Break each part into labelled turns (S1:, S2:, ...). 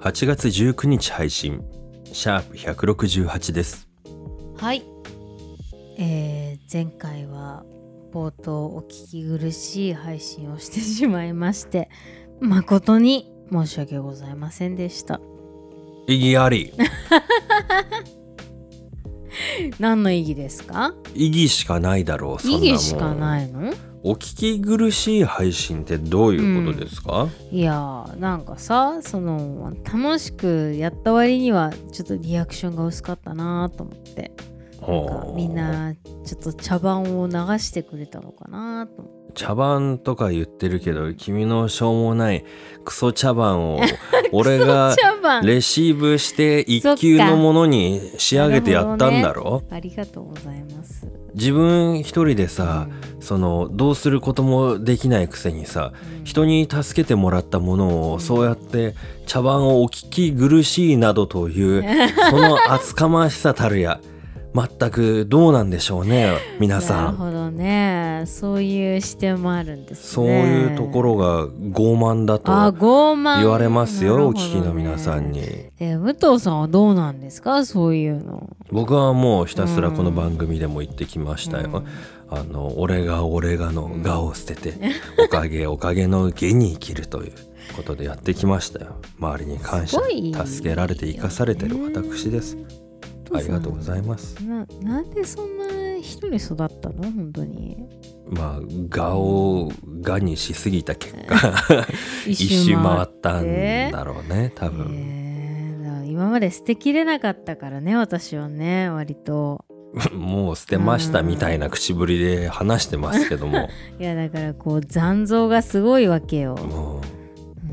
S1: 8月19日配信シャープ168です
S2: はい。えー、前回は冒頭お聞き苦しい配信をしてしまいまして誠に申し訳ございませんでした。
S1: 意義あり
S2: 何の意義ですか
S1: 意義しかないだろうそんな
S2: 意
S1: もん
S2: 義しかないの
S1: お聞き苦しい配信ってどういうことですか、
S2: いやーなんかさその楽しくやった割にはちょっとリアクションが薄かったなーと思ってなんか
S1: ほう
S2: みんなちょっと茶番を流してくれたのかなーと思って
S1: 茶番とか言ってるけど君のしょうもないクソ茶番 を俺が
S2: 茶番
S1: レシーブして一級のものに仕上げてやったんだろ、
S2: ありがとうございます
S1: 自分一人でさ
S2: う、ん
S1: そのどうすることもできないくせにさ人に助けてもらったものをそうやって茶番をお聞き苦しいなどという その厚かましさたるや全くどうなんでしょうね皆
S2: な
S1: さ
S2: る
S1: ん
S2: ほどねそういう視点もあるんですね
S1: そういうところが傲慢だと
S2: あ傲慢
S1: 言われます
S2: なる
S1: よ、
S2: ほ
S1: お
S2: どね
S1: 聞きの皆さんに
S2: えー武藤さんはどうなんですかそういうの
S1: 僕はもうひたすらこの番組でも言ってきましたよ、
S2: うん
S1: あの俺が俺がの「が」を捨てて「お かげおかげの「げ」に生きるということでやってきましたよ周りに感謝
S2: すごいよね
S1: 助けられて生かされてる私ですありがとうございます
S2: ななんでそんな人に育ったの本当に
S1: まあ「が」を「が」にしすぎた結果一周回ったんだろうね多
S2: え
S1: 分、
S2: ーだから今まで捨てきれなかったからね私はね割と
S1: もう捨てましたみたいな口ぶりで話してますけども
S2: いやだからこう残像がすごいわけよ、
S1: もう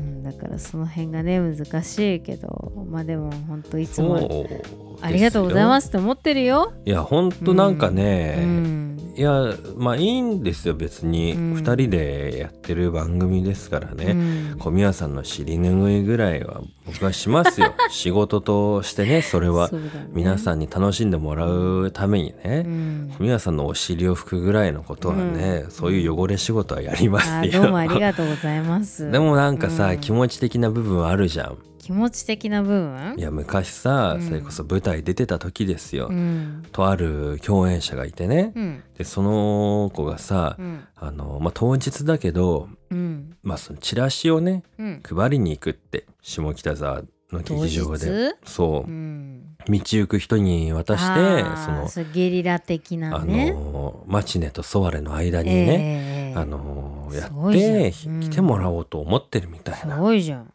S2: うん、だからその辺がね難しいけどまあでも本当いつ
S1: そう
S2: も
S1: ですよ
S2: ありがとうございますって思ってるよ、
S1: いやほんとなんか
S2: う
S1: ね、
S2: ん
S1: いやまあいいんですよ別に、
S2: う
S1: 二
S2: ん
S1: 2人でやってる番組ですから
S2: う
S1: ね、
S2: ん
S1: 小宮さんの尻拭いぐらいは僕はしま すよ仕事としてねそれは
S2: そうだね
S1: 皆さんに楽しんでもらうために
S2: う
S1: ね、
S2: ん
S1: 小宮さんのお尻を拭くぐらいのことはね、そういう汚れ仕事はやります
S2: あー
S1: よ
S2: どうもありがとうございま す
S1: でもなんかさ、
S2: うん
S1: 気持ち的な部分あるじゃん
S2: 気持ち的な部分
S1: いや昔さ、
S2: うん
S1: それこそ舞台出てた時ですよ、
S2: うん
S1: とある共演者がいてね、
S2: うん
S1: でその子がさ、
S2: うん
S1: あのまあ、当日だけど、
S2: うん
S1: まあ、そのチラシをね
S2: うん
S1: 配りに行くって下北沢の劇
S2: 当
S1: 場で
S2: 日
S1: そううん道行く人に渡して
S2: あー
S1: その
S2: そうゲリラ的な
S1: あ
S2: ね
S1: のマチネとソワレの間
S2: え
S1: にね、
S2: えええ
S1: あのや
S2: すごいじゃん
S1: って、
S2: うん
S1: 来てもらおうと思ってるみたい
S2: す
S1: な、
S2: ごいじゃん、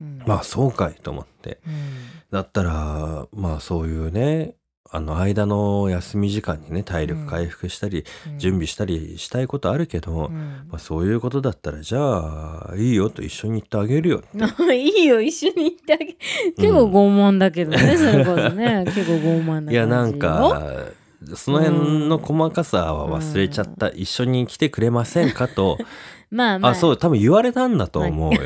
S2: うん
S1: まあそうかいと思って
S2: うん
S1: だったらまあそういうねあの間の休み時間にね体力回復したり、
S2: うん
S1: 準備したりしたいことあるけど、
S2: うん
S1: まあ、そういうことだったらじゃあいいよと一緒に行ってあげるよ
S2: いいよ一緒に行ってあげ結構傲慢だけど ね、それこそね結構傲慢な感じよ
S1: いやなんかその辺の細かさは忘れちゃった、一緒に来てくれませんかと、
S2: まあまあ
S1: あそう多分言われたんだと思うよ、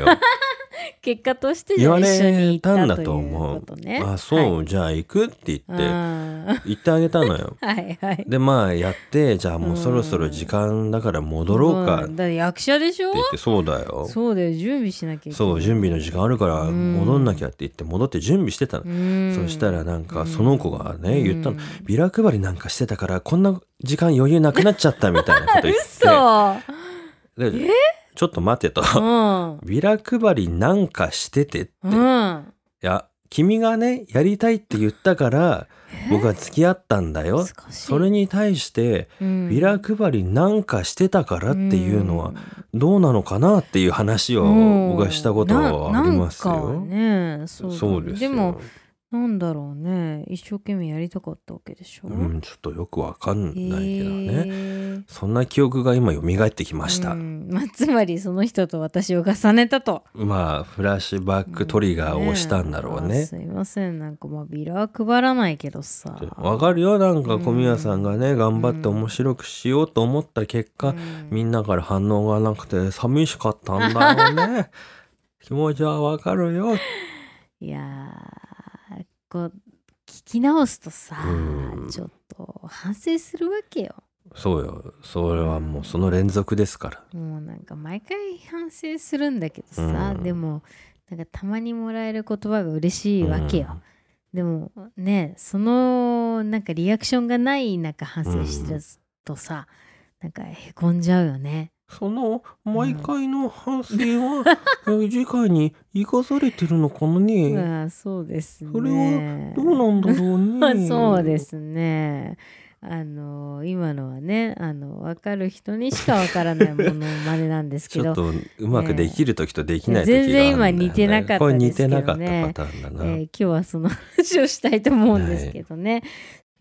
S2: 結果としてじゃあ一緒に行った
S1: 言われたんだ
S2: と
S1: と思う
S2: いうことね
S1: あそう、じゃあ行くって
S2: は
S1: 言
S2: い、
S1: って
S2: あ
S1: 行ってあげたのよ
S2: ー はいはい
S1: でまあやってじゃあもうそろそろ時間だから戻ろうかっ
S2: そ
S1: て
S2: だって役者でしょ
S1: 言ってそうだよ
S2: そうだよ準備しなきゃいけない
S1: そう準備の時間あるから
S2: うん
S1: 戻んなきゃって言って戻って準備してたの、
S2: うん
S1: そしたらなんかその子がね、
S2: うん
S1: 言った
S2: うん
S1: のビラ配りなんかしてたからこんな時間余裕なくなっちゃったみたいなこと言っ
S2: 嘘
S1: てでちょっと待てと
S2: うん
S1: ビラ配りなんかしててって、
S2: う
S1: い
S2: ん
S1: や君がねやりたいって言ったから僕は付き合ったんだよ
S2: 難しい
S1: それに対して
S2: うん
S1: ビラ配りなんかしてたからっていうのはどうなのかなっていう話を
S2: うん
S1: 僕はしたことはありますよ。
S2: ななんかねそうだね
S1: そうですよ
S2: でもなんだろうね一生懸命やりたかったわけでしょ、
S1: うん、ちょっとよくわかんないけどね、
S2: へー
S1: そんな記憶が今蘇ってきました、
S2: うんまあ、つまりその人と私を重ねたと
S1: まあフラッシュバックトリガーを押したんだろう
S2: え
S1: ね
S2: あすいませんなんかまあビラは配らないけどさ
S1: わかるよなんか小宮さんがね、頑張って面白くしようと思った結果、みんなから反応がなくて寂しかったんだろう ね気持ちはわかるよ
S2: いやーこう聞き直すとさ、
S1: うん
S2: ちょっと反省するわけよ
S1: そうよそれはもうその連続ですから
S2: もうなんか毎回反省するんだけどさ、
S1: うん
S2: でもなんかたまにもらえる言葉が嬉しいわけよ、でもねそのなんかリアクションがない中反省してるとさ、なんかへこんじゃうよね
S1: その毎回の反省は次回に生かされてるのかもね、
S2: ああそうですね
S1: それはどうなんだろう ね
S2: そうですねあの今のはねあの分かる人にしか分からないものまでなんです
S1: ち
S2: け
S1: ょっ
S2: ど
S1: とうまくできる時とできない時があ
S2: 全
S1: るんだよ、ね
S2: 然、今似てなかった
S1: これ
S2: で
S1: 似
S2: すけ
S1: て
S2: どね
S1: なかったパターンだな、
S2: えー今日はその話をしたいと思うんですけどね、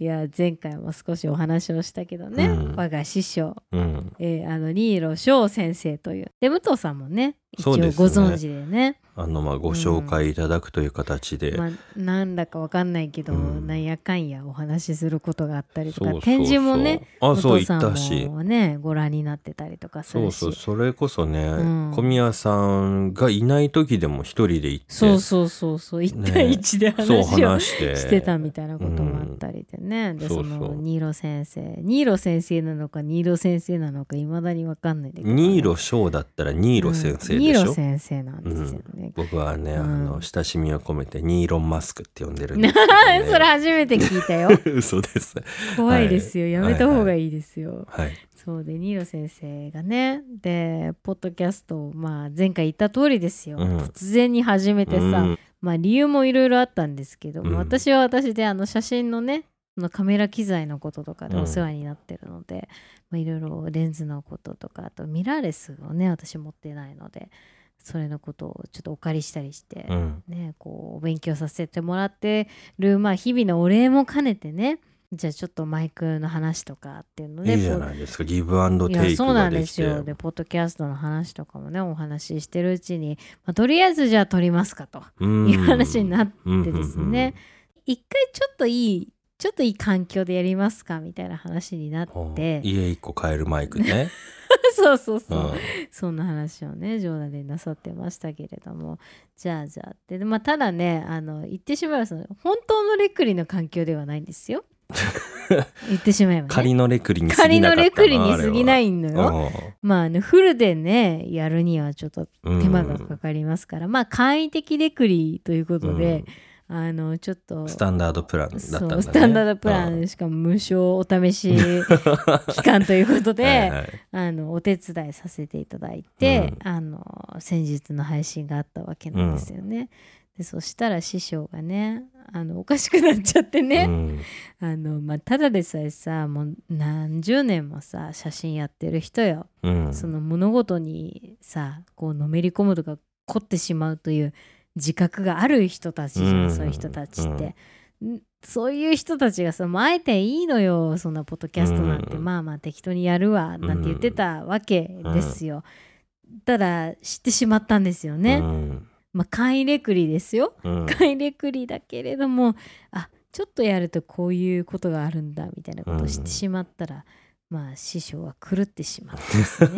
S2: い、や前回も少しお話をしたけどね、
S1: うん
S2: 我が師匠、
S1: うん
S2: えーあの新納翔先生というで武藤さんもね一応
S1: そう
S2: ご
S1: ですね
S2: 存知でね
S1: あのまあご紹介いただくという形で、
S2: まあ、なんだかわかんないけど、
S1: うん
S2: なんやかんやお話しすることがあったりと
S1: そう
S2: か
S1: そうそう
S2: 展示もね
S1: あ
S2: 武
S1: そう
S2: 藤
S1: 言
S2: さ
S1: っ
S2: ん
S1: たし
S2: もねご覧になってたりとかす
S1: そ
S2: る
S1: う
S2: し
S1: そうそれこそね、
S2: うん
S1: 小宮さんがいない時でも一人で行って
S2: そうそうそうそう一対一で
S1: そう
S2: 話を
S1: 話して
S2: してたみたいなこともあったりでね、で
S1: そ
S2: そう
S1: そう
S2: のニーロ先生ニーロ先生なのかニーロ先生なのかいまだにわかんないんだけどね、
S1: ニーロ翔だったらニーロ先生
S2: うんニ
S1: で
S2: ー
S1: し
S2: ロ
S1: ょ、
S2: 先生なんですよね、
S1: 僕はね、
S2: うん
S1: あの親しみを込めてニーロンマスクって呼んでるんですけ
S2: え それ初めて聞いたよ
S1: どね嘘です
S2: 怖いですよ、やめた方がいいですよ、
S1: はい
S2: そうでニーロ先生がねでポッドキャストをまあ前回言った通りですよ、
S1: うん
S2: 突然に始めてさ、
S1: うん
S2: まあ理由もいろいろあったんですけど、
S1: うん
S2: 私は私であの写真のねあのカメラ機材のこととかでお世話になってるのでまあいろいろレンズのこととかあとミラーレスをね私持ってないのでそれのことをちょっとお借りしたりして、
S1: うん
S2: ねこうお勉強させてもらってるまあ日々のお礼も兼ねてねじゃあちょっとマイクの話とかっていうので
S1: いいじ
S2: こ
S1: ゃ
S2: う
S1: ないですかギブアンド
S2: い
S1: テ
S2: や
S1: イク
S2: そうな
S1: が
S2: ん
S1: で
S2: で
S1: き
S2: す
S1: て
S2: よでポッドキャストの話とかもねお話ししてるうちに、まあ、とりあえずじゃあ撮りますかと
S1: うん
S2: いう話になってです
S1: うんうんうん
S2: ね一回ちょっといいちょっといい環境でやりますかみたいな話になっ
S1: ほう
S2: て
S1: 家一個買えるマイクね、
S2: そうそう
S1: う
S2: そう、
S1: ん、
S2: そんな話をね冗談でなさってましたけれどもじゃあじゃあってで、まあ、ただねあの言ってしまえばその本当のレックリの環境ではないんです よ言ってしまえば、ね、
S1: 仮のレクリに過
S2: 仮
S1: ぎなか
S2: の
S1: ったな
S2: レクリに過ぎな
S1: あ
S2: いの
S1: れ
S2: よ
S1: は
S2: まああのフルでねやるにはちょっと
S1: うん
S2: 手間がかかりますから、まあ簡易的レクリということで、あのちょっ
S1: う
S2: と
S1: んスタンダードプランだった
S2: そ
S1: んだ、
S2: う
S1: ね、
S2: スタンダードプラ
S1: うん
S2: ンしかも無償お試し期間ということで、
S1: はいはい
S2: あのお手伝いさせていただいて、あの先日の配信があったわけなんですよね。でそしたら師匠がねあのおかしくなっちゃって
S1: う
S2: ね、
S1: ん
S2: あのまあ、ただでさえさもう何十年もさ写真やってる人よ、
S1: うん
S2: その物事にさこうのめり込むとか凝ってしまうという自覚がある人たちじゃん、
S1: うん
S2: そういう人たちって、んそういう人たちがさ「もうあえていいのよそんなポッドキャストなんて、
S1: うん
S2: まあまあ適当にやるわ」なんて言ってたわけですよ、ただ知ってしまったんですよね、
S1: うん
S2: まあ簡易レクリですよ
S1: うん
S2: 簡易レクリだけれどもあちょっとやるとこういうことがあるんだみたいなことを知ってしまったら、まあ師匠は狂ってしまってですね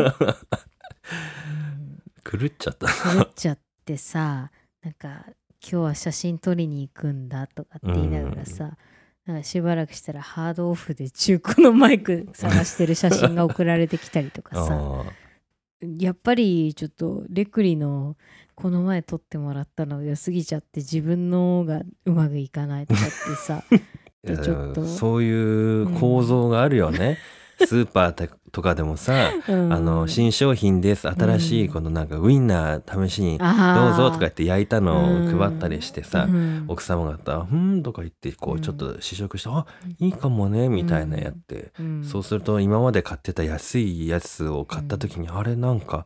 S1: 狂っ ちゃった
S2: 狂っちゃってさなんか今日は写真撮りに行くんだとかって言いながらさ、なんかしばらくしたらハードオフで中古のマイク探してる写真が送られてきたりとかさ
S1: あ
S2: やっぱりちょっとレクリのこの前撮ってもらったの良すぎちゃって自分のがうまくいかないとかって さ
S1: ーいや
S2: ちょっと
S1: そういう構造があるよね、スーパーとかでもさ
S2: あ
S1: あの新商品です新しいこのなんかウインナー試しにどうぞとか言って焼いたのを配ったりしてさ、
S2: うん
S1: 奥様方「うん」とか言ってこ
S2: う
S1: うんちょっと試食して「あいいかもね」みたいなやって、
S2: うん
S1: そうすると今まで買ってた安いやつを買った時に、あれなんか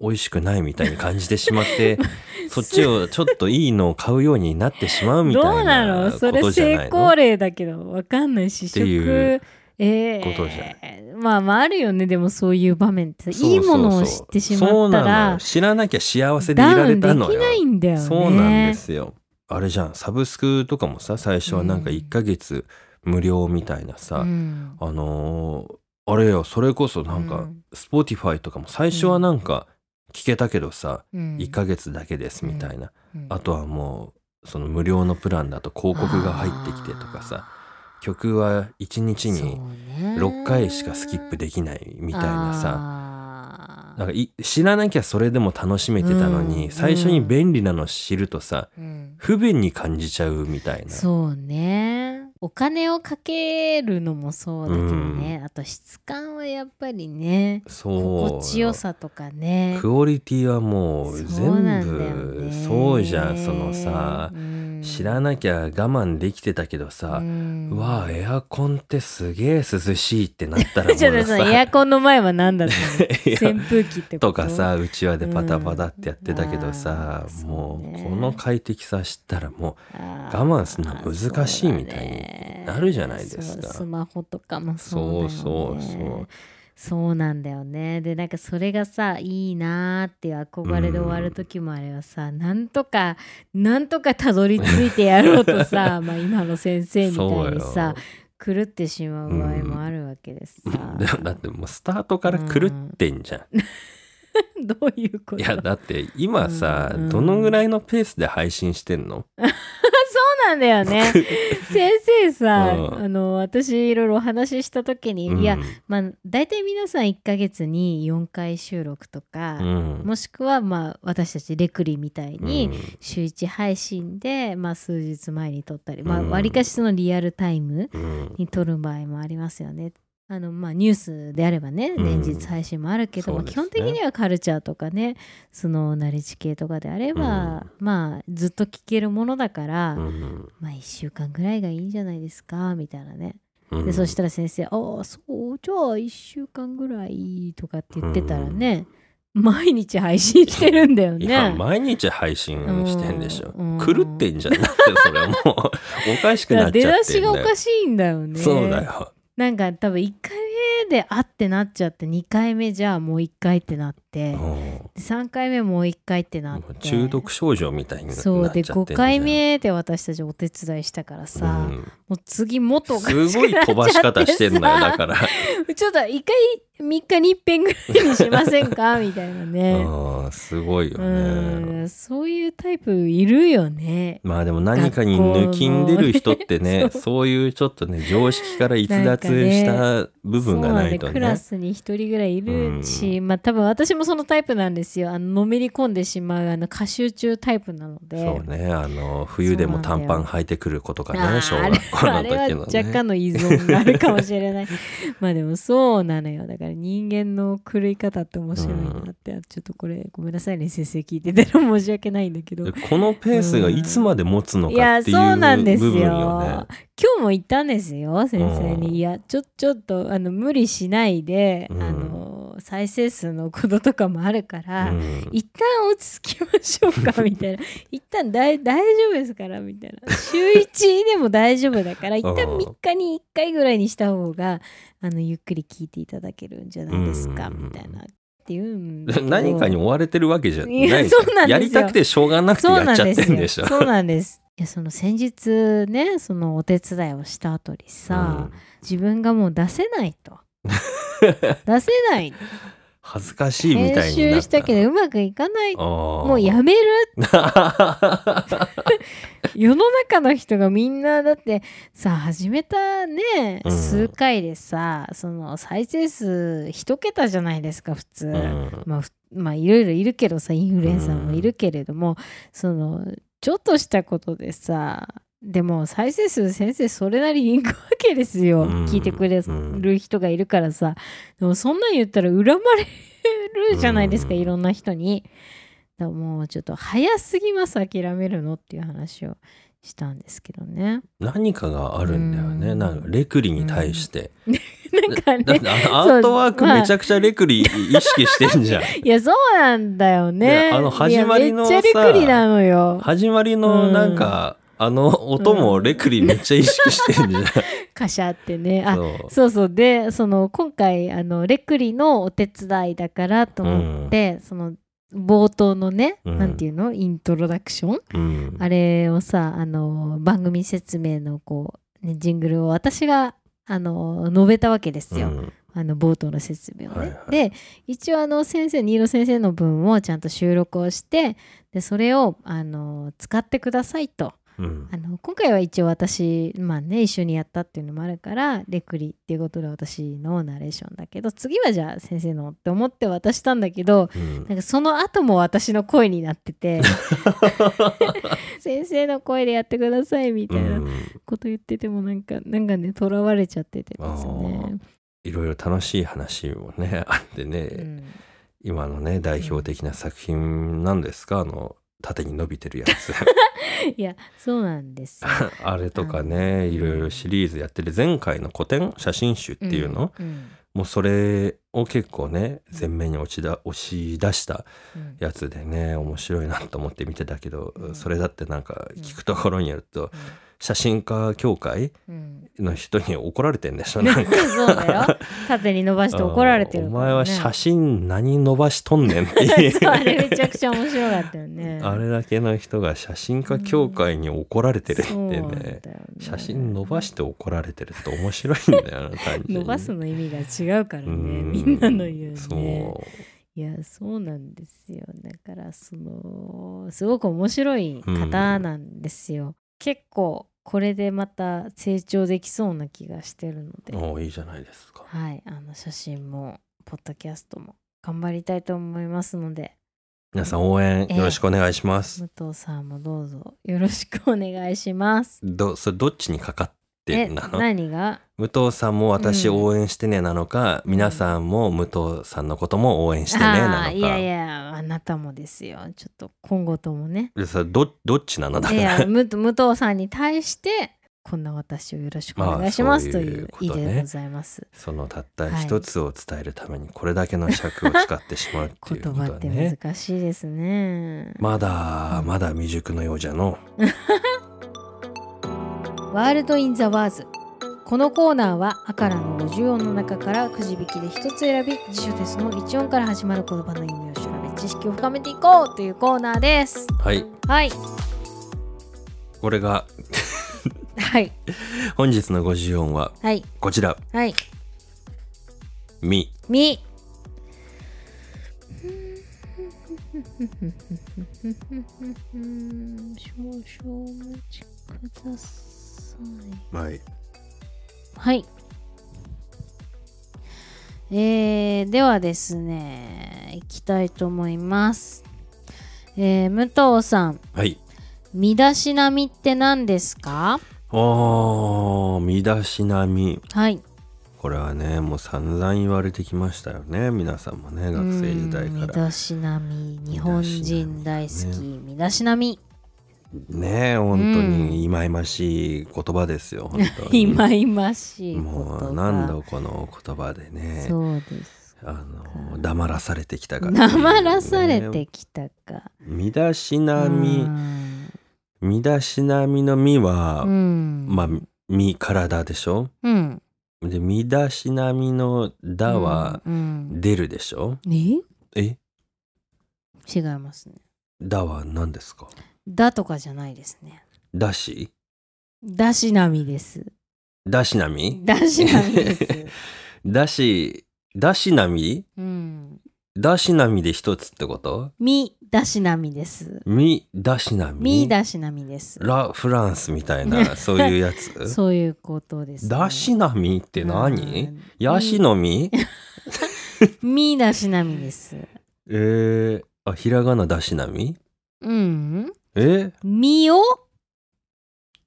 S1: 美味しくないみたいに感じてしまって そっちをちょっといいのを買うようになってしまうみた
S2: どう
S1: い
S2: な
S1: な
S2: の
S1: こ
S2: それ
S1: とじゃな
S2: 成
S1: いの
S2: 功例だけどわかんない試食
S1: っていう
S2: え
S1: ことじゃな
S2: えまあまああるよねでもそういう場面って
S1: そうそうそう
S2: いいものを知ってしま
S1: そう
S2: った
S1: な
S2: ら
S1: の知らなきゃ幸せでい
S2: ダ
S1: ら
S2: ウ
S1: れ
S2: ンで
S1: た
S2: き
S1: のよ
S2: ないんだよね
S1: そうなんですよあれじゃんサブスクとかもさ最初はなんか
S2: うん
S1: 1ヶ月無料みたいなさ、
S2: うん
S1: あのーあれよそれこそなん
S2: う
S1: か
S2: ん
S1: Spotify とかも最初はなんか聞けたけどさ、
S2: うん
S1: 1ヶ月だけですみたいな、
S2: うん
S1: あとはもうその無料のプランだと広告が入ってきてとかさ曲は1日に6回しかスキップできないみたいなさ
S2: さ
S1: なんかい知らなきゃそれでも楽しめてたのに、
S2: うん
S1: 最初に便利なの知るとさ
S2: うん、
S1: 不便に感じちゃうみたいな
S2: そうねお金をかけるのもそうだけどね、あと質感はやっぱりね
S1: そう
S2: 心地よさとかね
S1: クオリティはもう
S2: そうな
S1: 全
S2: んだよね
S1: 部そうじゃんそのさ
S2: うん
S1: 知らなきゃ我慢できてたけどさ
S2: う、ん
S1: うわあエアコンってすげえ涼しいってなったらもう
S2: ちょっと
S1: さ
S2: さエアコンの前は何だ ったの
S1: いや
S2: 扇風機ってこと
S1: とかさうちわでパタパタってやってたけどさ、
S2: うんあー
S1: も
S2: そう
S1: う
S2: ね
S1: この快適さ知ったらも
S2: 我
S1: 我慢するの難しいみたいになるじゃないですか
S2: スマホとかもそうだよね
S1: そうそうそう
S2: そうなんだよねでなんかそれがさいいなーっていう憧れで終わる時もあればさ、なんとかなんとかたどり着いてやろうと さまあ今の先生
S1: う
S2: みた
S1: そう
S2: いに
S1: よ
S2: さ狂ってしまう場合もあるわけですさ、
S1: でもだってもうスタートから狂ってんじゃん、
S2: どういうこと
S1: いやだって今さ、
S2: うん
S1: どのぐらいのペースで配信してんの、
S2: そうなんだよね先生さ、
S1: うん
S2: あの私いろいろお話しした時に、
S1: うん
S2: いやまあ大体皆さん1ヶ月に4回収録とか
S1: う、ん
S2: もしくはまあ私たちレクリみたいに
S1: うん
S2: 週1配信で、まあ、数日前に撮ったりまあ
S1: うん
S2: 割かしそのリアルタイム
S1: うん
S2: に撮る場合もありますよね。あのまあ、ニュースであればね
S1: うん
S2: 連日配信もあるけど、
S1: そう
S2: まあ
S1: で
S2: 基
S1: す
S2: 本
S1: ね
S2: 的にはカルチャーとかねそのナレッジ系とかであれば、まあずっと聞けるものだから、
S1: うん
S2: まあ1週間ぐらいがいいんじゃないですかみたいなね
S1: うん
S2: でそしたら先生「ああそうじゃあ1週間ぐらい」とかって言ってたらね、毎日配信してるんだよね。
S1: 今毎日配信してんでしょ、
S2: うん
S1: 狂ってんじゃんだってそれもうおかしくなっ
S2: 出
S1: ちゃ
S2: だ
S1: って
S2: し
S1: んだ
S2: が
S1: よ
S2: おかしいんだよね。
S1: そうだよ
S2: なんか多分1回目で「あ」ってなっちゃって2回目じゃあもう1回ってなって
S1: うん
S2: 3回目もう1回ってなっ
S1: もう
S2: て
S1: 中毒症状みたいになっちゃってん
S2: そうで
S1: じゃん
S2: 5回目で私たちお手伝いしたからさ、
S1: う
S2: も
S1: ん
S2: う次もっとおかしくなっ
S1: すごい飛ばし方してんのよ
S2: ちゃ ってさ
S1: だから、
S2: ちょっと一回3日に一遍ぐらいにしませんかみたいなね。
S1: うんすごいよ
S2: う
S1: ね、
S2: ん、そういうタイプいるよね。
S1: まあでも何かに抜きんでる人って
S2: 学
S1: ね
S2: 校のね
S1: そういうちょっとね常識から逸脱した部分がないと
S2: そうなんでク
S1: ね
S2: ラスに一人ぐらいいるし、まあ多分私もそのタイプなんですよ。あののめり込んでしまうあの歌集中タイプなので。
S1: そうねあの冬でも短パン履いてくることか
S2: あ
S1: ね
S2: ー
S1: 小
S2: あれ
S1: 学校の時
S2: あれは
S1: の
S2: 若
S1: ね
S2: 干の依存があるかもしれない まあでもそうなのよだから人間の狂い方って面白いなって、あちょっとこれごめんなさいね先生聞いてたら申し訳ないんだけど
S1: でこのペースがいつまで持つの
S2: い
S1: か
S2: や
S1: っていう
S2: そうなんです
S1: 部
S2: よ
S1: 分よね
S2: 今。日も言ったんですよ先生に、
S1: うん
S2: いやちょちょっとあの無理しないで、
S1: うん
S2: あの再生数のこととかもあるから、
S1: うん
S2: 一旦落ち着きましょうかみ たいな一旦だい大丈夫ですからみたいな週1でも大丈夫だから一旦
S1: うん
S2: 3日に1回ぐらいにした方があのゆっくり聞いていただけるんじゃないですか、
S1: うん
S2: みたいなっていうんだけど
S1: 何かに追われてるわけじゃない
S2: いや
S1: じゃん
S2: そうなんですよ
S1: やりたくてしょうがなくて
S2: そう
S1: や
S2: な
S1: っ
S2: ん
S1: ちゃ
S2: で
S1: っ
S2: す
S1: て
S2: よ
S1: んでしょ。
S2: そうなんです。いやその先日ねそのお手伝いをした後にさ、
S1: うん
S2: 自分がもう出せない と出せない
S1: 恥ずかしいみた
S2: 編
S1: いになっ
S2: 集
S1: た
S2: したけどうまくいかないも
S1: も
S2: うやめる
S1: め
S2: 世の中の人がみんなだってさ始めたね、
S1: うん
S2: 数回でさその再生数一桁じゃないですか普通。まあ、ふまあいろいろいるけどさインフルエンサーもいるけれども、そのちょっとしたことでさでも再生数先生それなりにいくわけですよ、
S1: うん
S2: 聞いてくれる人がいるからさでもそんなん言ったら恨まれるじゃないですか、
S1: うん
S2: いろんな人に。だからもうちょっと早すぎます諦めるのっていう話をしたんですけどね。
S1: 何かがあるんだよね、
S2: うん
S1: なんかレクリに対して、
S2: なんか
S1: だ
S2: ね
S1: ってあのアートワークめちゃくちゃレクリ意識してんじゃん。
S2: いやそうなんだよね
S1: であの始まりの
S2: いやめっちゃ
S1: さ
S2: レクリなのよ
S1: 始まりのなんか、あの音もレクリめっちゃ意識してんじゃん。
S2: カシャってね あ
S1: そう
S2: そうそうでその今回あのレクリのお手伝いだからと思って、その冒頭のね、
S1: うん
S2: なんていうのイントロダクション
S1: うん
S2: あれをさあの番組説明のこう、ね、ジングルを私があの述べたわけですよ、
S1: うん
S2: あの冒頭の説明をね。
S1: はいはい
S2: で一応あの先生新納先生の分をちゃんと収録をしてでそれをあの使ってくださいと。
S1: うん
S2: あの今回は一応私まあね一緒にやったっていうのもあるからレクリっていうことで私のナレーションだけど次はじゃあ先生のって思って渡したんだけ ど
S1: うん
S2: なんかその後も私の声になって て先生の声でやってくださいみた
S1: う
S2: いなんこと言っててもなんかなんかねとらわれちゃっててですね。
S1: いろいろ楽しい話もね あってね、
S2: うん
S1: 今のね代表的な作品なんですかあの縦に伸びてるや つ
S2: いやそうなんです よ
S1: あれとか
S2: あの
S1: ねいろいろシリーズやってる前回の古典写真集っていうの、、
S2: んん
S1: もうそれを結構ね前面に押しだ押し出した
S2: うん
S1: やつでね面白いなと思って見てたけど、
S2: うん
S1: それだってなんか
S2: うん
S1: 聞くところによると、写真家協会
S2: うん
S1: の人に怒られてんでしょなん か
S2: そうだよ縦に伸ばして怒られてる
S1: お
S2: から、ね、
S1: 前は写真何伸ばしとんねんって い
S2: そうあれめ
S1: う
S2: ちゃくちゃ面白かったよ ね
S1: あれだけの人が写真家協会に怒られてるって
S2: そう
S1: ね
S2: なんだよね
S1: 写真伸ばして怒られてるって面白いんだよな単純に
S2: 伸ばすの意味が違うからね
S1: うん
S2: みんなの言うね
S1: そ
S2: いやそうなんですよだからそのすごく面白い方なんですよ、結構これでまた成長できそうな気がしてるので
S1: うもういいじゃないですか
S2: はい、あの写真もポッドキャストも頑張りたいと思いますので
S1: 皆さん応援よろしくお願いします、
S2: 武藤さんもどうぞよろしくお願いします。
S1: どそれどっちにかかって
S2: え
S1: なの
S2: 何が
S1: 武藤さんも私応援してねなのか、
S2: うん
S1: 皆さんも武藤さんのことも応援してねなの
S2: あ
S1: か
S2: ーいやいやあなたもですよちょっと今後とも
S1: 。
S2: ね
S1: でさどどっちなのだ
S2: い
S1: から
S2: や武武藤さんに対してこんな私をよろしくお願いします、
S1: ま
S2: と
S1: あそう
S2: い
S1: いううこ
S2: 意
S1: とね
S2: でございます。
S1: そのたった一つを伝えるためにこれだけの尺を使ってしまうってい う
S2: 言
S1: こと
S2: 葉
S1: は
S2: って
S1: ね
S2: 難しいですね。
S1: まだまだ未熟のようじゃの
S2: ワールド・イン・ザ・ワーズこのコーナーはアカラの50音の中からくじ引きで一つ選び辞書テストの1音から始まる言葉の意味を調べ知識を深めていこうというコーナーです
S1: はい
S2: はい
S1: これが
S2: はい
S1: 本日の54音は
S2: はい
S1: こちら
S2: はい
S1: 「み
S2: み少々お待ちください」
S1: はい
S2: はい。えーではですね、いきたいと思います。えー武藤さん、
S1: はい
S2: 身だしなみって何ですか
S1: おー身だしなみ
S2: はい。
S1: これはねもう散々言われてきましたよね皆さんもね学生時代
S2: うん身
S1: から
S2: だしなみ、日本人大好き、身だしなみ。
S1: ね本当に忌々しい言葉です よ本当に
S2: いまいましい言葉。
S1: もう何度この言葉でね
S2: そうです。
S1: あの黙らされてきたか
S2: 黙らされてきたか。
S1: 身だしな
S2: う
S1: み
S2: ん
S1: 身だしなみの身は、
S2: うん。
S1: まあ身体でしょ
S2: うん。
S1: で身だしなみの「だ」は
S2: うん、
S1: 出るでしょ、
S2: うんえ
S1: え
S2: 違いますね。
S1: 「だ」は何ですか
S2: だとかじゃないですね。
S1: だし
S2: だしなみです。
S1: だしなみ
S2: だしなみです。
S1: だしだしなみ
S2: うん。
S1: だしなみで一つってこと
S2: みだしなみです。
S1: みだしなみ
S2: みだしなみです。
S1: ラ・フランスみたい なそういうやつ
S2: そういうことです、
S1: だしなみって
S2: う
S1: 何
S2: ん
S1: ヤシの実
S2: みだしなみです。
S1: えー、あひらがなだしなみ
S2: うん。
S1: え
S2: みを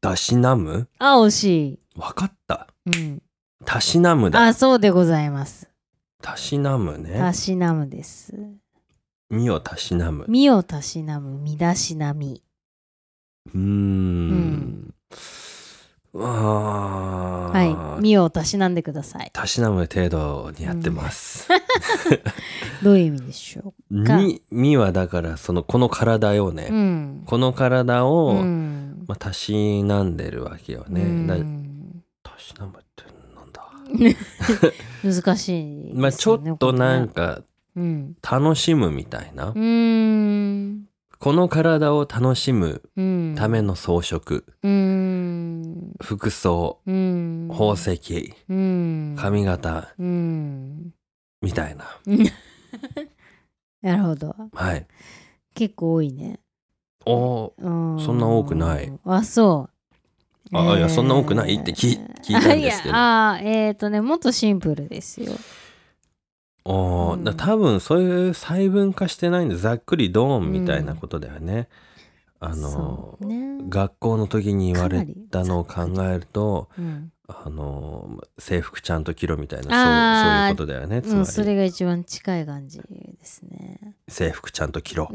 S1: だしなむ
S2: あ惜し
S1: わかった
S2: い。うん。
S1: たしなむだ
S2: あそうでございます。
S1: たしなむね
S2: たしなむです。
S1: みをたしなむ
S2: みをたしなむみだしなみ。
S1: うーんあー
S2: はい。身をたしなんでください。
S1: たしなむ程度にやってます。
S2: どういう意味でしょんか
S1: み、みはだから、その、この体よね。
S2: う。うん。
S1: この体を、
S2: うん
S1: まあ、たしなんでるわけよね。
S2: うん
S1: なたしなむってなんだ
S2: 難しいですよね、
S1: まあ、ちょっとなん
S2: こ
S1: か、
S2: れね。うん。
S1: 楽しむみたいな。
S2: うーん。
S1: この体を楽しむ
S2: うん。
S1: ための装飾、
S2: うーん。
S1: 服装、
S2: うん。
S1: 宝石、
S2: うん。
S1: 髪型、
S2: うん。
S1: みたいな。
S2: なるほど。
S1: はい。
S2: 結構多いね。
S1: お
S2: そ
S1: そんな多くない。
S2: あ、そう。
S1: あ、い
S2: え
S1: や、
S2: ー
S1: そんな多くないって聞い聞いたんですけ
S2: い
S1: ど。
S2: やあーえっ、とねもっとシンプルですよ。
S1: お
S2: うん
S1: ーだ多分そういう細分化してないんで、ざっくりドーンみたいなことだよね。あ
S2: そ
S1: の
S2: う、ね
S1: 学校の時に言われたのを
S2: か
S1: 考
S2: なり
S1: えると、
S2: うん、
S1: あの、制服ちゃんと着ろみたい
S2: あー
S1: な、そうそういうことだよね。
S2: うん、
S1: つ
S2: そ
S1: まり、
S2: れが一番近い感じですね。
S1: 制服ちゃんと着ろ。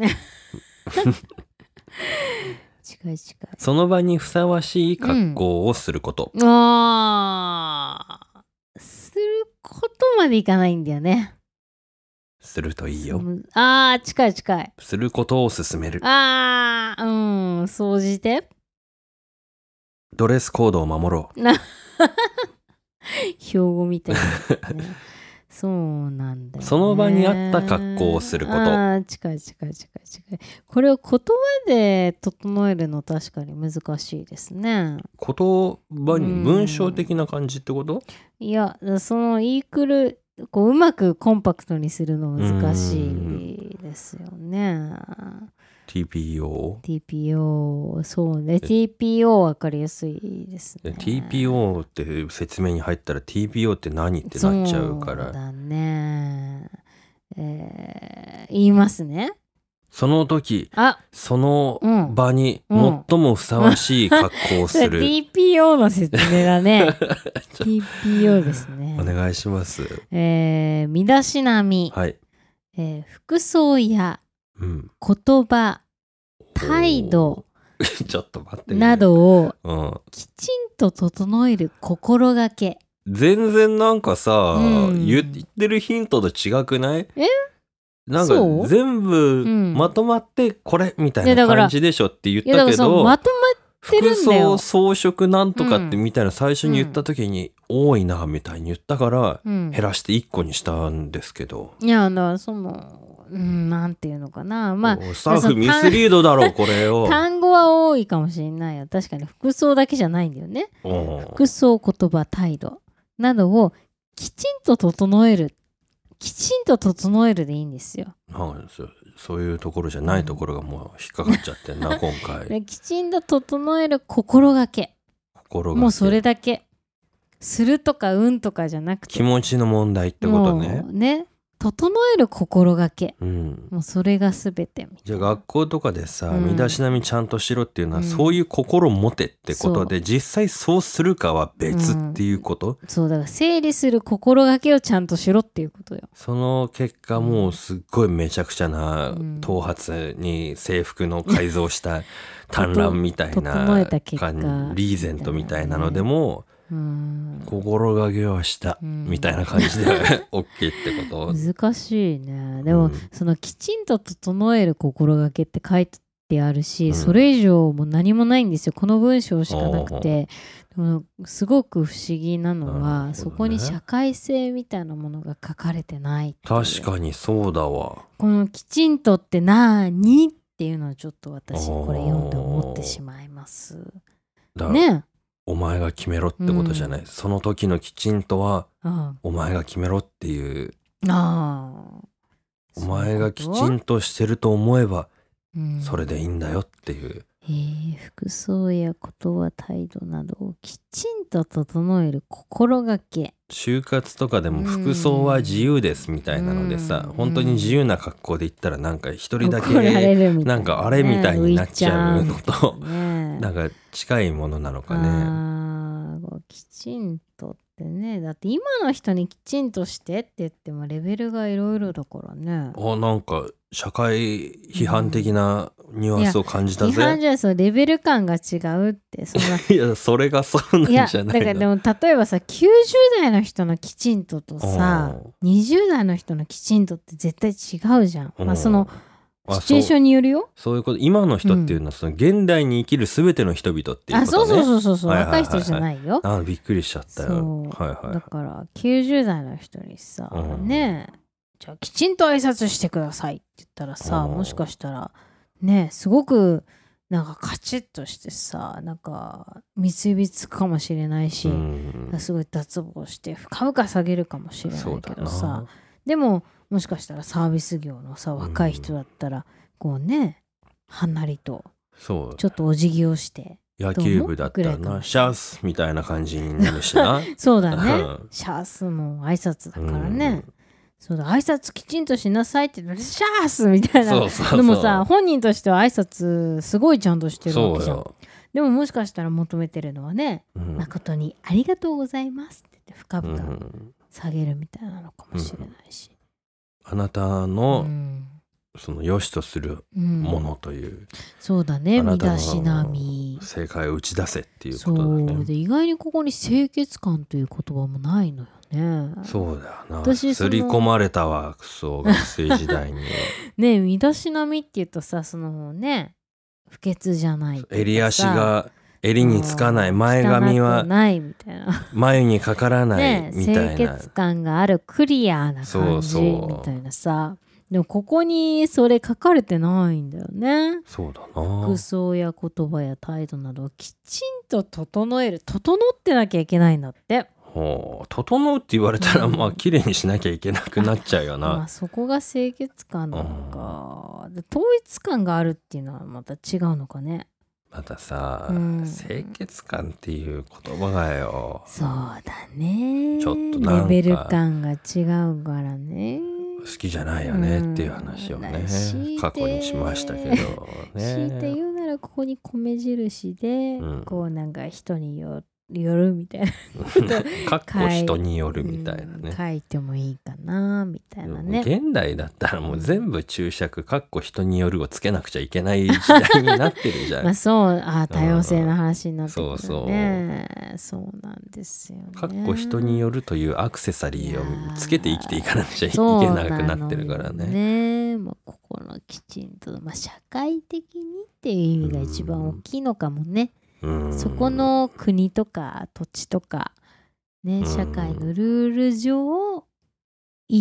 S2: 近い近い。
S1: その場にふさわしい格好をすること。
S2: ああすることまでいかないんだよね。
S1: するといいよ。
S2: むああ近い近い。
S1: することを勧める。
S2: ああうん総じて
S1: ドレスコードを守ろう。
S2: 標語みたい な、ね。そうなんだよ、ね。
S1: その場に合った格好をすること
S2: ああ近い近い近い近い。これを言葉で整えるの確かに難しいですね。
S1: 言葉に
S2: うん
S1: 文章的な感じってこと
S2: いやその言いくるこううまくコンパクトにするの難しいですよね。
S1: ?TPO?
S2: TPO そうね TPO 分かりやすいです
S1: え
S2: ね。
S1: TPO って説明に入ったら TPO って何ってなっちゃうか
S2: そう
S1: ら
S2: だね。えー言いますね。
S1: その時
S2: あ
S1: その
S2: うん
S1: 場に
S2: うん
S1: 最もふさわしい格好をす
S2: それ
S1: る、
S2: TPO の説明だ ね。TPO ですね。
S1: お願いします
S2: えー身だしなみ、
S1: はい、
S2: えー服装や
S1: うん、
S2: 言葉、態度
S1: おー ちょっと待って
S2: な、どを
S1: うん、
S2: きちんと整える心がけ。
S1: 全然なんかさ、
S2: うん
S1: 言ってるヒントと違くない
S2: え
S1: なん
S2: そ
S1: か
S2: う
S1: 全部
S2: ん
S1: まとまってこれみた
S2: いや
S1: い
S2: だ
S1: な
S2: から
S1: 感じでしょって言っ
S2: いやだ
S1: た
S2: から
S1: け
S2: その
S1: ど
S2: まとて
S1: 服
S2: るんだよ
S1: 装装飾なんとかってみたいな最初に言った時に多いなみたいに言ったから
S2: ま、うん
S1: 減らして1個にしたんですけど、
S2: いやだからその、うん、なんていうのかなまあ
S1: おスタッフミスリードだろこれを。
S2: 単語は多いかもしれないよ確かに服装だけじゃないんだよね。
S1: うん
S2: 服装言葉態度などをきちんと整えるきちんと整えるでいいんですよ。
S1: なんかそうそういうところじゃないところがもう引っかかっちゃって んな今回
S2: できちんと整える心がけ
S1: 心が
S2: もうそれだけするとかうんとかじゃなくて
S1: 気持ちの問題ってことね
S2: も。うね整える心がけ
S1: うん
S2: もうそれが全てみた
S1: じ
S2: い
S1: ゃあ
S2: な
S1: 学校とかでさ、
S2: うん
S1: 身だしなみちゃんとしろっていうのは、
S2: うん
S1: そういう心を持てってことで実際そうするかは別っていうこと、
S2: そうだから整理する心がけをちゃんとしろっていうことよ。
S1: その結果もうすっごいめちゃくちゃな
S2: うん
S1: 頭髪に制服の改造 した単乱みたい
S2: 整え
S1: な
S2: た結果
S1: 感リーゼントみたいなのでも
S2: うん
S1: 心がけはした
S2: うん
S1: みたいな感じで OK ってこと
S2: 難しいねでも、
S1: うん
S2: そのきちんと整える心がけって書いてあるし、
S1: うん
S2: それ以上もう何もないんですよこの文章しかなく
S1: おう
S2: てでもすごく不思議なの
S1: なる
S2: は
S1: ほどね
S2: そこに社会性みたいなものが書かれてないっていう
S1: 確かにそうだわ
S2: この「きちんと」って何っていうのをちょっと私これ読んで思ってしまいます。
S1: だ、
S2: ね
S1: お前が決めろってことじゃない、その時のきちんとは
S2: え、うん、
S1: お前が決めろっていう
S2: あー
S1: お前がき
S2: そう
S1: ち
S2: いうん
S1: としてると思えば
S2: ことうん
S1: それでいいんだよっていう
S2: えー服装や言葉態度などをきちんと整える心がけ
S1: 就活とかでも服装は自由ですみたいなのでさ
S2: うん
S1: 本当に自由な格好で行ったらなんか一人だ
S2: 怒られる
S1: け
S2: みたいなね
S1: なんかあれみたいになっちゃうのと
S2: 浮いちゃうみたいな ね
S1: なんか近いものなのかね
S2: あーこうきちんとってねだって今の人にきちんとしてって言ってもレベルがいろいろだからね
S1: あなんか社会批判的なニュアンスを感じた
S2: 日本
S1: ぜ
S2: じゃそのレベル感が違うってそんな
S1: いやそれがそう
S2: い
S1: なん
S2: や
S1: じゃ
S2: だ
S1: な
S2: か
S1: い
S2: ら
S1: の
S2: でも例えばさ90代の人のきちんととさ20代の人のきちんとって絶対違うじゃん、
S1: うん
S2: まあその
S1: あ
S2: シチュエーショ
S1: そう
S2: ンによるよ
S1: そういうこと今の人っていうのはその現代に生きる全ての人々っていうことね
S2: あそうそうそうそうそう、
S1: はいはいはいはい
S2: 若い人じゃないよ
S1: あびっくりしちゃったよ
S2: そう
S1: はいはい
S2: だから90代の人にさ、
S1: うん
S2: ねえじゃあきちんと挨拶してくださいって言ったらさ、
S1: うん
S2: もしかしたらねえすごくなんかカチッとしてさなんか結びつくかもしれないし、
S1: うん
S2: すごい脱帽して深々下げるかもしれな
S1: そう
S2: い
S1: だ
S2: け
S1: な
S2: どさでももしかしたらサービス業のさ若い人だったら、こうねはんなりと
S1: そう
S2: ちょっとお辞儀をして
S1: 野球部だった
S2: どう
S1: ら
S2: もぐらいか
S1: な
S2: も
S1: シャースみたいな感じになるしな
S2: そうだね、
S1: うん
S2: シャースも挨拶だから
S1: う
S2: ね
S1: ん、
S2: そうだ挨拶きちんとしなさいってシャースみたいな
S1: そうそうそ う
S2: でもさ本人としては挨拶すごいちゃんとしてる
S1: そ
S2: わけ
S1: う
S2: じゃん
S1: よ、
S2: でももしかしたら求めてるのはね、
S1: うん
S2: 誠に「ありがとうございます」って言って深
S1: う
S2: 々
S1: ん
S2: 下げるみたいなのかもしれないし、
S1: あなた
S2: うん
S1: の、その良しとする
S2: うん
S1: ものという
S2: そうだね
S1: あな
S2: 身
S1: たの
S2: だしなみ
S1: 正解を打ち出せっていうこ
S2: そ
S1: とだ
S2: う
S1: ね
S2: で意外にここに清潔感という言葉もないのよね
S1: そうだよな
S2: 私そ
S1: す
S2: の
S1: り込まれたわクソ学生時代に
S2: ねえ身だしなみっていうとさそのね不潔じゃないっていうかさ
S1: 襟足が襟につかない前髪
S2: 汚く
S1: は
S2: ないみたいな
S1: 眉にかから ない
S2: ね
S1: みた
S2: 清
S1: いな
S2: 潔感があるクリアな
S1: そ
S2: 感
S1: う
S2: じ
S1: そう
S2: みたいなさでもここにそれ書かれてないんだよね
S1: そうだな
S2: 服装や言葉や態度などをきちんと整える整ってなきゃいけないんだって
S1: ほう整うって言われたら
S2: うん
S1: まあ綺麗にしなきゃいけなくなっちゃうよ
S2: ま
S1: な
S2: あそこが清潔感なのかで統一感があるっていうのはまた違うのかね
S1: またさ
S2: うん
S1: 清潔感っていう言葉がよ
S2: そうだね
S1: ちょっとなんか
S2: レベル感が違うからね
S1: 好きじゃないよねっていう話を
S2: う
S1: ね
S2: ん強いて
S1: 過去にしましたけ
S2: 強
S1: ど
S2: いて
S1: ね
S2: 言うならここに米印で、
S1: うん
S2: こうなんか人によよるみたいな、
S1: かっこ人によるみたいな
S2: うん
S1: ね
S2: 書いてもいいかなみたいなね
S1: 現代だったらもう全部注釈かっこ人によるをつけなくちゃいけない時代になってるじ ゃ
S2: ま
S1: ん
S2: あそうあー多様性の話になってくる
S1: そうそう
S2: ね、そうなんですよね
S1: かっこ人によるというアクセサリーをつけて生きていかなくちゃいけ
S2: そうの
S1: な
S2: よ
S1: くなってるからね。
S2: ねまあ、ここのきちんと、まあ、社会的にっていう意味が一番大きいのかもね、
S1: うん
S2: そこの国とか土地とか、
S1: う
S2: ね、
S1: ん
S2: 社会のルール上い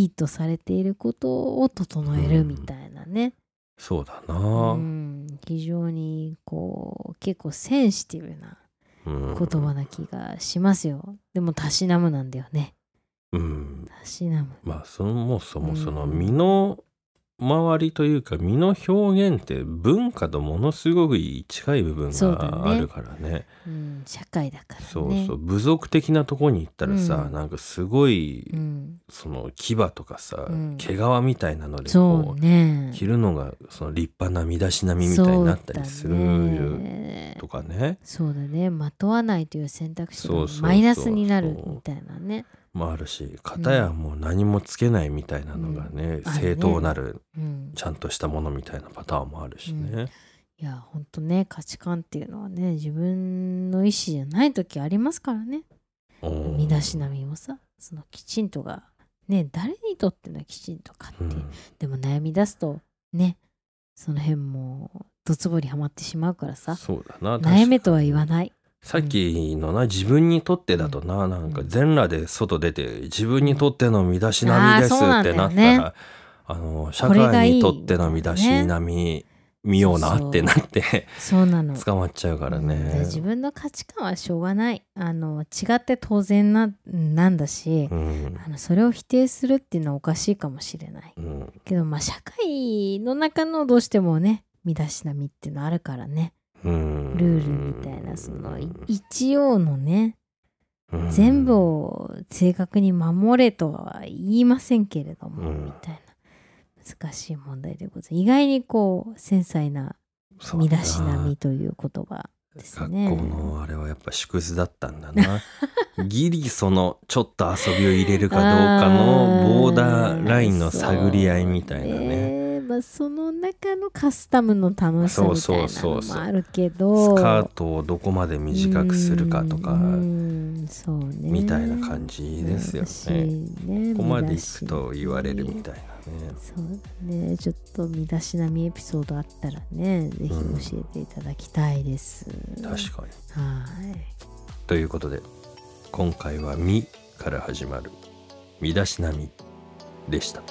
S2: いとされていることを整えるみたいなね、
S1: そうだな、
S2: うん、非常にこう結構センシティブな
S1: うん
S2: 言葉な気がしますよでもたしなむなんだよね
S1: うん、
S2: たしなむ
S1: まあそもそもその
S2: うん
S1: 身の周りというか身の表現って文化とものすごく近い部分
S2: そうだ
S1: が
S2: ね
S1: あるからね
S2: うん、社会だからね
S1: そうそう部族的なとこに行ったらさ、
S2: うん
S1: なんかすごい
S2: うん、
S1: その牙とかさ、
S2: うん
S1: 毛皮みたいなので
S2: そ
S1: こ
S2: う
S1: う
S2: ね
S1: 着るのがその立派な身だしなみみたいになったりする
S2: そうだね
S1: とかね
S2: そうだねまとわないという選択肢
S1: そ
S2: が
S1: うそうそう
S2: マイナスになるみたいなね
S1: もあるし片やもう何もつけないみたいなのがね、
S2: うん
S1: 正当なる
S2: うん
S1: ちゃんとしたものみたいなパターンもあるしね。
S2: いやほんとね価値観っていうのはね自分の意思じゃない時ありますからね
S1: うん
S2: 身だしなみもさそのきちんとがね誰にとってのきちんとかって、
S1: うん
S2: でも悩み出すとねその辺もどつぼりはまってしまうからさ
S1: そうだな
S2: 悩めとは言
S1: ない
S2: わない
S1: さっきのな自分にとってだとな、なんか全裸で外出て自分にとっての身だしなみです
S2: あ
S1: っ
S2: ーそうなんだ
S1: て
S2: よ
S1: なったら、
S2: ね
S1: あの社
S2: これが
S1: 会
S2: いい
S1: にとっての身だしなみ見ようなってなって
S2: そうなの
S1: 捕まっちゃうから
S2: うんだから
S1: ね。
S2: 自分の価値観はしょうがないあの違って当然ななんだし、
S1: うん
S2: あのそれを否定するっていうのはおかしいかもしれない
S1: うん
S2: けどまあ社会の中のどうしてもね身だしなみっていうのあるからね
S1: うん
S2: ルールみたいなそのい一応のね
S1: うん
S2: 全部を正確に守れとは言いませんけれども、
S1: うん
S2: みたいな難しい問題でございます意外にこう繊細な
S1: そう
S2: 身だしなみという言葉です
S1: 学
S2: ね。
S1: 校のあれはやっぱ縮図だったんだな ギリそのちょっと遊びを入れるかどうかのボーダーラインの探り合いみたい
S2: あ
S1: なね
S2: ー。ばその中のカスタムの楽しさみたいなのもあるけど
S1: スカートをどこまで短くするかとか
S2: うんうんそうね
S1: みたいな感じですよね。
S2: ね
S1: ここまでいくと言われるみ
S2: い
S1: たいなね。
S2: そうねちょっと身だしなみエピソードあったらねぜひ教えていただきたいです、
S1: 確かに。
S2: はい
S1: ということで今回は「み」から始まる「身だしなみ」でした。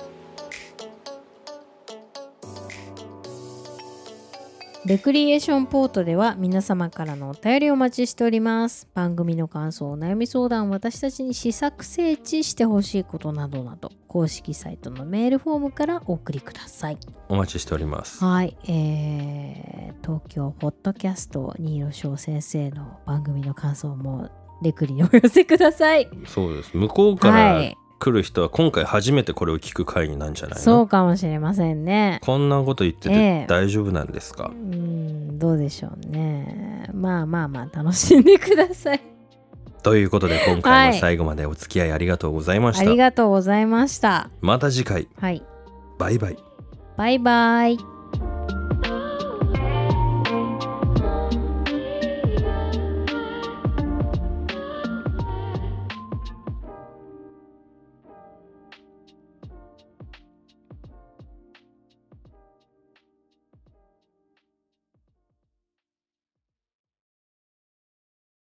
S2: レクリエーションポートでは皆様からのお便りをお待ちしております。番組の感想、お悩み相談、私たちに試作整地してほしいことなどなど、公式サイトのメールフォームからお送りください。
S1: お待ちしております。
S2: はい、えー、東京ポッドキャスト新色翔先生の番組の感想もレクリにお寄せください。
S1: そうです向こうか
S2: は
S1: ら
S2: い、
S1: 来る人は今回初めてこれを聞く回になんじゃないの
S2: そうかもしれませんね。
S1: こんなこと言って
S2: え
S1: て
S2: え
S1: 大丈夫なんですか
S2: う、ん、どうでしょうね。まあまあまあ楽しんでください。
S1: ということで今回
S2: は
S1: も
S2: い
S1: 最後までお付き合いありがとうございまし
S2: あ
S1: た。
S2: りがとうございました。
S1: また次回
S2: はい。
S1: バイバイ。
S2: バイバイ。